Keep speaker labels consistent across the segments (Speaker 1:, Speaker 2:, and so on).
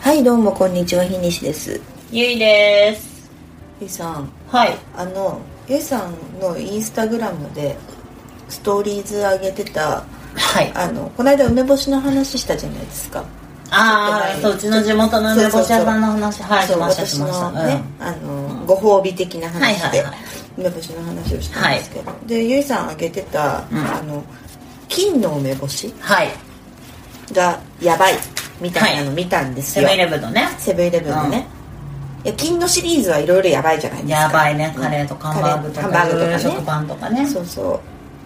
Speaker 1: はいどうもこんにちはひにしです
Speaker 2: ゆいです。
Speaker 1: ゆいさん
Speaker 2: はい。
Speaker 1: あのゆいさんのインスタグラムでストーリーズ上げてた
Speaker 2: はい。
Speaker 1: あのこの間梅干しの話したじゃないですか
Speaker 2: ああ、そう、うちの地元の梅干し屋さんの話、はい、し
Speaker 1: そう
Speaker 2: ました、し
Speaker 1: 私
Speaker 2: ました。
Speaker 1: の
Speaker 2: うん
Speaker 1: ね、あのご褒美的な話
Speaker 2: はい
Speaker 1: で
Speaker 2: はいはい
Speaker 1: 梅干しの話をしたんですけど、でゆいさんあげてた、
Speaker 2: うん
Speaker 1: あの金の梅干し
Speaker 2: はい。
Speaker 1: がやばいみたいなの
Speaker 2: は
Speaker 1: 見たんです
Speaker 2: セ
Speaker 1: よ、
Speaker 2: ブンイレブンのね。
Speaker 1: セブンイレブンのね、いや金のシリーズはいろいろやばいじゃないですか
Speaker 2: やばいね、カレーとカンバーグと
Speaker 1: カレーハ
Speaker 2: か、
Speaker 1: ンバーグとかね
Speaker 2: 夕食パンとかね。
Speaker 1: そうそう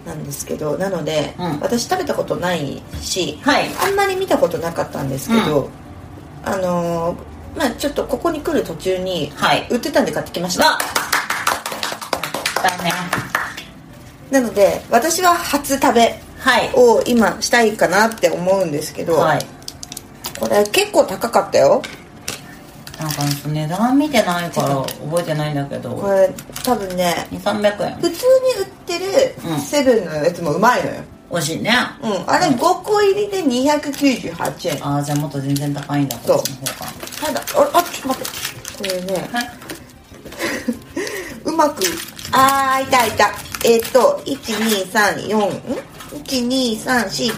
Speaker 1: なんですけどなので、
Speaker 2: うん
Speaker 1: 私食べたことないし、
Speaker 2: はい
Speaker 1: あんまり見たことなかったんですけど、あのーまあちょっとここに来る途中に
Speaker 2: はい。
Speaker 1: 売ってたんで買ってきました、
Speaker 2: わだね。
Speaker 1: なので私は初食べ
Speaker 2: はい。
Speaker 1: を今したいかなって思うんですけど、
Speaker 2: はい。
Speaker 1: これ結構高かったよ
Speaker 2: なんか値段見てないから覚えてないんだけど、
Speaker 1: これ多分ね
Speaker 2: 2、300円。
Speaker 1: 普通に売って
Speaker 2: うん
Speaker 1: るセブンのやつもうまいのよ、
Speaker 2: 美味しいね。あ
Speaker 1: うん、あれ5個入りで298円
Speaker 2: あー、じゃあもっと全然高いんだ、
Speaker 1: そう
Speaker 2: こっちの方が。
Speaker 1: ただああちょっと待ってこれね
Speaker 2: はい。
Speaker 1: うまくあーいたいたえっ、と1234ん12345 6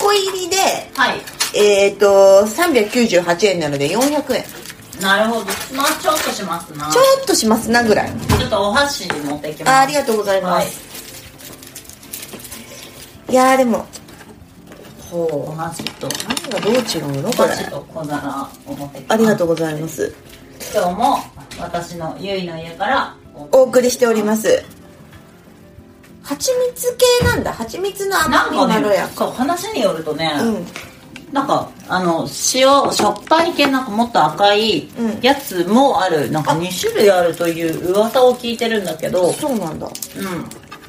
Speaker 1: 個入りで
Speaker 2: はい。
Speaker 1: えっ、と398円なので400円
Speaker 2: なるほど。まあちょっとしますな。
Speaker 1: ちょっとしますなぐらい
Speaker 2: ちょっとお箸に持っていきます。
Speaker 1: あーありがとうございます、い、やーでも
Speaker 2: お
Speaker 1: ほう
Speaker 2: 箸と、
Speaker 1: 何がどう違うの
Speaker 2: お
Speaker 1: これ
Speaker 2: 箸と小皿を持ってきます。
Speaker 1: ありがとうございます
Speaker 2: 今日も私のゆいの家から
Speaker 1: お送りしております蜂蜜系なんだ蜂蜜の
Speaker 2: な
Speaker 1: 甘
Speaker 2: ん
Speaker 1: みま
Speaker 2: か
Speaker 1: ろや
Speaker 2: ね
Speaker 1: か、
Speaker 2: そう話によるとね、
Speaker 1: うん
Speaker 2: なんかあの塩しょっぱい系なんかもっと赤い
Speaker 1: うん
Speaker 2: やつもある、なんか2種類あるという噂を聞いてるんだけどうん
Speaker 1: そうなんだ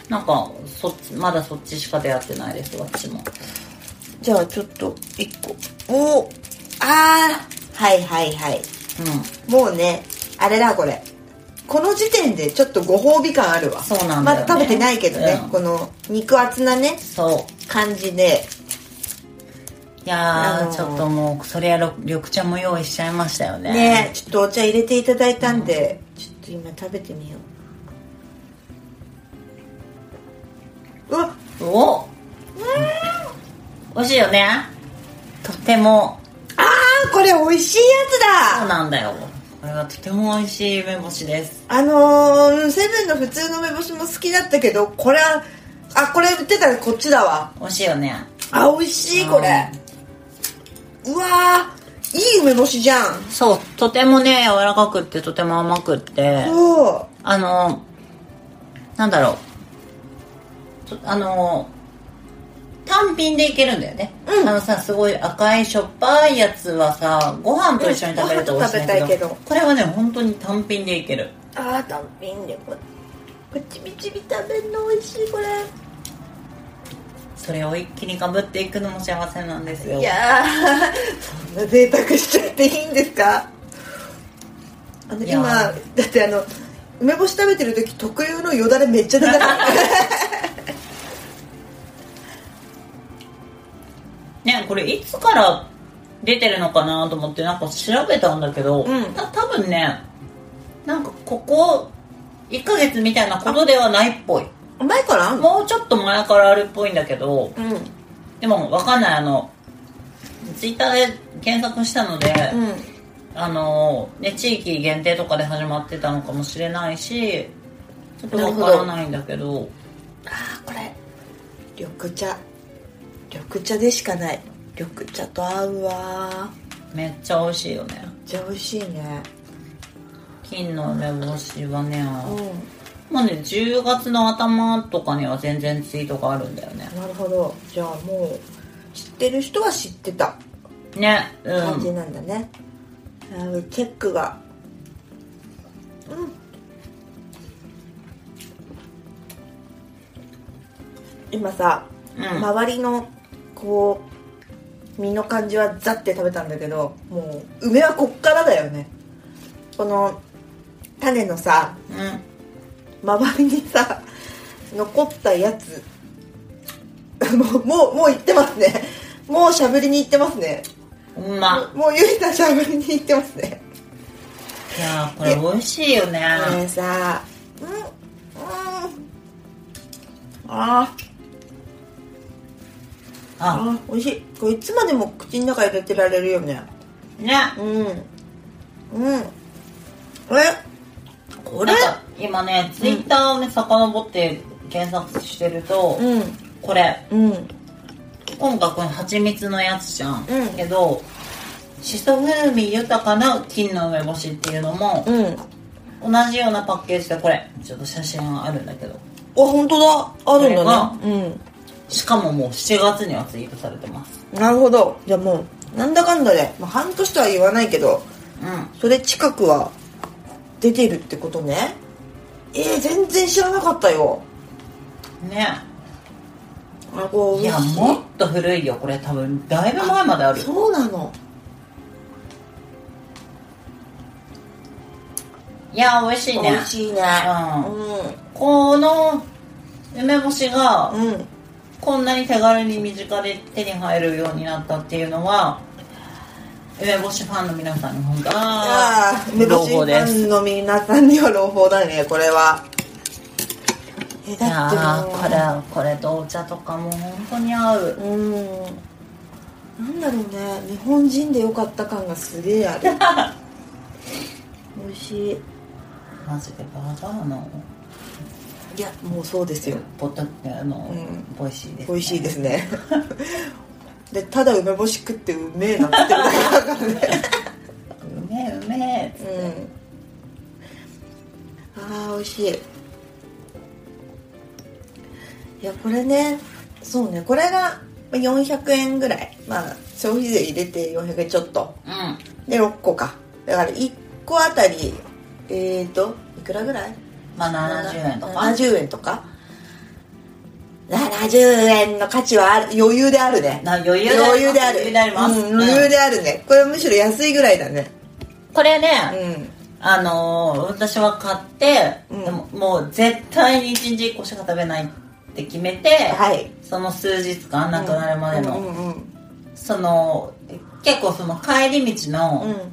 Speaker 2: なんかそっちまだそっちしか出会ってないです私も
Speaker 1: じゃあちょっと一個おーあーはいはいはい
Speaker 2: うん
Speaker 1: もうねあれだこれこの時点でちょっとご褒美感あるわ
Speaker 2: そうなんだよね
Speaker 1: まだ食べてないけどね、
Speaker 2: うん
Speaker 1: この肉厚なね
Speaker 2: そう
Speaker 1: 感じで
Speaker 2: いやー、
Speaker 1: あのー
Speaker 2: ちょっともうそれやろ緑茶も用意しちゃいましたよね
Speaker 1: ねちょっとお茶入れていただいたんで、ちょっと今食べてみよううわ
Speaker 2: お美味しいよねとても
Speaker 1: あーこれ美味しいやつ
Speaker 2: そ
Speaker 1: だ
Speaker 2: うなんだよこれがとても美味しい梅干しです
Speaker 1: あのー、セブンの普通の梅干しも好きだったけどこれはあこれ売ってたらこっちだわ
Speaker 2: 美味しいよね
Speaker 1: あ美味しいこれうわーいい梅干しじゃん
Speaker 2: そうとてもね柔らかくってとても甘くって
Speaker 1: そ
Speaker 2: あのなんだろうとあの単品でいけるんだよね、
Speaker 1: うん
Speaker 2: あのさすごい赤いしょっぱいやつはさご飯と一緒に食べると美味しいんだけ
Speaker 1: うんご飯と食べ
Speaker 2: ど,、
Speaker 1: たいけど
Speaker 2: これはね本当に単品でいける
Speaker 1: うああ単品でこれこれちびちび食べるの美味しいこれ
Speaker 2: それを一気にかぶっていくのも幸せなんですよ
Speaker 1: いやーそんな贅沢しちゃっていいんですかあの
Speaker 2: いや
Speaker 1: 今だってあの梅干し食べてる時特有のよだれめっちゃ出たから
Speaker 2: ねこれいつから出てるのかなと思ってなんか調べたんだけど、
Speaker 1: うん
Speaker 2: た多分ねなんかここ1ヶ月みたいなことではないっぽい
Speaker 1: 前からあんの
Speaker 2: もうちょっと前からあるっぽいんだけど
Speaker 1: うん
Speaker 2: でもわかんないあのツイッターで検索したので、
Speaker 1: うん
Speaker 2: あのね地域限定とかで始まってたのかもしれないしちょっとわからないんだけど
Speaker 1: あーこれ緑茶緑茶でしかない緑茶と合うわ
Speaker 2: めっちゃ美味しいよね
Speaker 1: めっちゃ美味しいね
Speaker 2: 金の梅干しはね、
Speaker 1: う
Speaker 2: まあね、10月の頭とかには全然ツイートがあるんだよね。
Speaker 1: んなるほどじゃあもう知ってる人は知ってた
Speaker 2: ね、う
Speaker 1: 感じ
Speaker 2: ん。
Speaker 1: なんだね、あーチェックがうん今さ、
Speaker 2: うん
Speaker 1: 周りのこう身の感じはザッて食べたんだけどもう梅はこっからだよねこの種のさ
Speaker 2: うん。
Speaker 1: 周りにさ残ったやつ もうもうもういってますねもうしゃぶりにいってますね
Speaker 2: うま
Speaker 1: もうゆりたしゃぶりに行ってますね
Speaker 2: いやーこれ美味しいよね
Speaker 1: これさうんうんあー
Speaker 2: あ
Speaker 1: あー美味しいこれいつまでも口の中入れてられるよね
Speaker 2: ね
Speaker 1: うんうんえこれ
Speaker 2: なんか今ねツイッターをね遡って検索してると、
Speaker 1: うん
Speaker 2: これ
Speaker 1: うん
Speaker 2: 今回この蜂蜜のやつじゃん、
Speaker 1: うん
Speaker 2: けどしそ風味豊かな金の梅干しっていうのも、
Speaker 1: うん
Speaker 2: 同じようなパッケージでこれちょっと写真があるんだけど
Speaker 1: あ本当だあるんだ
Speaker 2: こ
Speaker 1: ね
Speaker 2: しかももう7月にはツイートされてます
Speaker 1: うんなるほどじゃあもうなんだかんだで、まあ、半年とは言わないけど
Speaker 2: う
Speaker 1: それ近くは出てるってことねえー、全然知らなかったよ
Speaker 2: んね
Speaker 1: あこう
Speaker 2: いや
Speaker 1: 美味し
Speaker 2: もっと古いよこれ多分だいぶ前まである
Speaker 1: そうなの
Speaker 2: いや美味しい
Speaker 1: 美
Speaker 2: ね
Speaker 1: 味しいね
Speaker 2: この梅干しが
Speaker 1: うんうん
Speaker 2: こんなに手軽に身近で手に入るようになったっていうのは梅干しファンの皆さんに本当
Speaker 1: ああ梅干しフ
Speaker 2: 朗報です
Speaker 1: ァンの皆さんには朗報だねこれはえ
Speaker 2: いや
Speaker 1: だってもう
Speaker 2: ーこれこれとお茶とかも本当に合う
Speaker 1: うんなんだろうね日本人でよかった感がすげえある 美味しい
Speaker 2: マジでバカなの
Speaker 1: いやもうそうですよ
Speaker 2: ポッドあの、
Speaker 1: うん
Speaker 2: 美味しいです、
Speaker 1: 美味しいですね でただ梅干し食ってうめえなって言ってるだけだからね
Speaker 2: うめえうめえ
Speaker 1: うんあー美味しいいやこれねそうねこれがまあ400円ぐらいまあ消費税入れて400円ちょっと
Speaker 2: うん
Speaker 1: で6個かだから1個あたりえーといくらぐらい
Speaker 2: まあ70円とか
Speaker 1: 70円とか70円の価値はある余裕であるね
Speaker 2: な余裕であり
Speaker 1: 余裕
Speaker 2: ます
Speaker 1: である
Speaker 2: 余裕でありま
Speaker 1: う
Speaker 2: す
Speaker 1: ん余裕であるねこれむしろ安いぐらいだね
Speaker 2: これね、
Speaker 1: うん
Speaker 2: あのー私は買って、
Speaker 1: うん
Speaker 2: でももう絶対に1日1個しか食べないって決めて、
Speaker 1: はい
Speaker 2: その数日間なくなるまでの、
Speaker 1: うんうんうん
Speaker 2: その結構その帰り道の、
Speaker 1: うん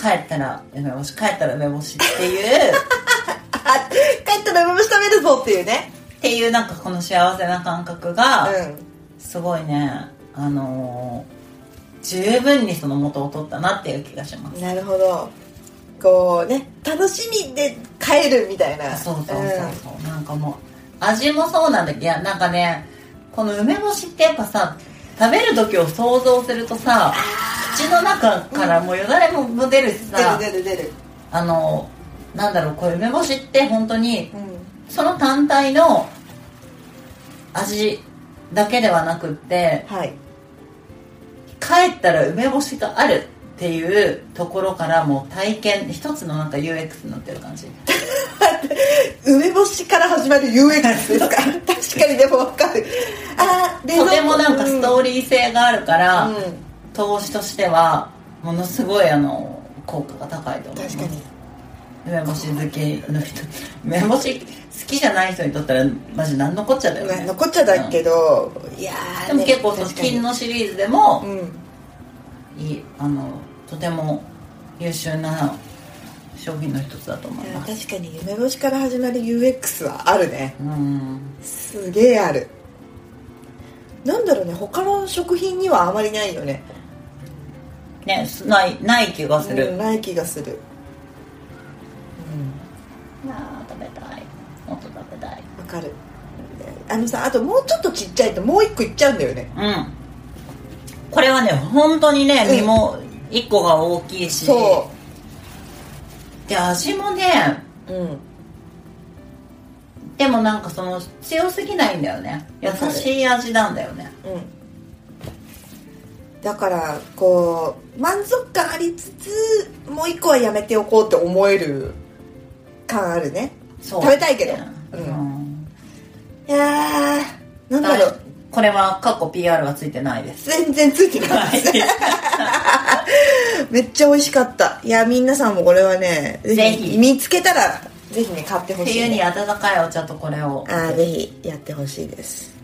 Speaker 2: 帰ったら梅干し帰ったら梅干しっていう
Speaker 1: あ帰ったら梅干し食べるぞっていうね
Speaker 2: っていうなんかこの幸せな感覚が、
Speaker 1: う
Speaker 2: すごいねあのー十分にその元を取ったなっていう気がします
Speaker 1: んなるほどこうね楽しみで帰るみたいな
Speaker 2: そうそうそうそう、なんかもう味もそうなんだけどいやなんかねこの梅干しってやっぱさ食べる時を想像するとさ口の中からもうよだれもも出るしさ、
Speaker 1: ん、出る出る出る
Speaker 2: あのなんだろうこれ梅干しって本当に
Speaker 1: う
Speaker 2: その単体の味だけではなくって
Speaker 1: んはい
Speaker 2: 帰ったら梅干しがあるっていうところからもう体験一つのなんか UX になってる感じ
Speaker 1: 梅干しから始まる UX です か確かにでも分かるあー冷蔵
Speaker 2: と
Speaker 1: 庫
Speaker 2: てもなんかストー
Speaker 1: リ
Speaker 2: リー性があるから、
Speaker 1: うん、うん
Speaker 2: 投資としてはものすごいあの効果が高いと思います
Speaker 1: 確かに
Speaker 2: 梅干し好きの人 梅干し好きじゃない人にとったらマジ何のこっちゃだよね
Speaker 1: 残っちゃだけど、いやー
Speaker 2: うんでも結構その
Speaker 1: 確かに
Speaker 2: 金のシリーズでも
Speaker 1: うん
Speaker 2: いいあのとても優秀な商品の一つだと思い
Speaker 1: いや
Speaker 2: ます
Speaker 1: 確かに梅干しから始まる UX はあるね
Speaker 2: うん
Speaker 1: すげえあるなんだろうね他の食品にはあまりないよね
Speaker 2: ねすないない気がする、
Speaker 1: うんない気がする、
Speaker 2: あー食べたいもっと食べたい
Speaker 1: うん、わかるあのさあともうちょっとちっちゃいともう一個いっちゃうんだよね
Speaker 2: うんこれはね本当にね身も1個が大きいし、
Speaker 1: そ
Speaker 2: で味もね
Speaker 1: う、うん、
Speaker 2: でもなんかその強すぎないんだよね優
Speaker 1: わかる
Speaker 2: しい味なんだよね
Speaker 1: うん、だからこう満足感ありつつもう一個はやめておこうって思える感あるね
Speaker 2: そう
Speaker 1: 食べたいけど
Speaker 2: う、
Speaker 1: うんいやーなんだろう
Speaker 2: これは過去 PR はついてない です
Speaker 1: 全然ついてない ですめっちゃ美味しかったいや皆さんもこれはねぜ
Speaker 2: ぜ
Speaker 1: ひ
Speaker 2: ひ
Speaker 1: 見つけたらぜひね買ってほしい、
Speaker 2: 冬に
Speaker 1: ね、
Speaker 2: 温かいお茶とこれを
Speaker 1: あーぜひやってほしいです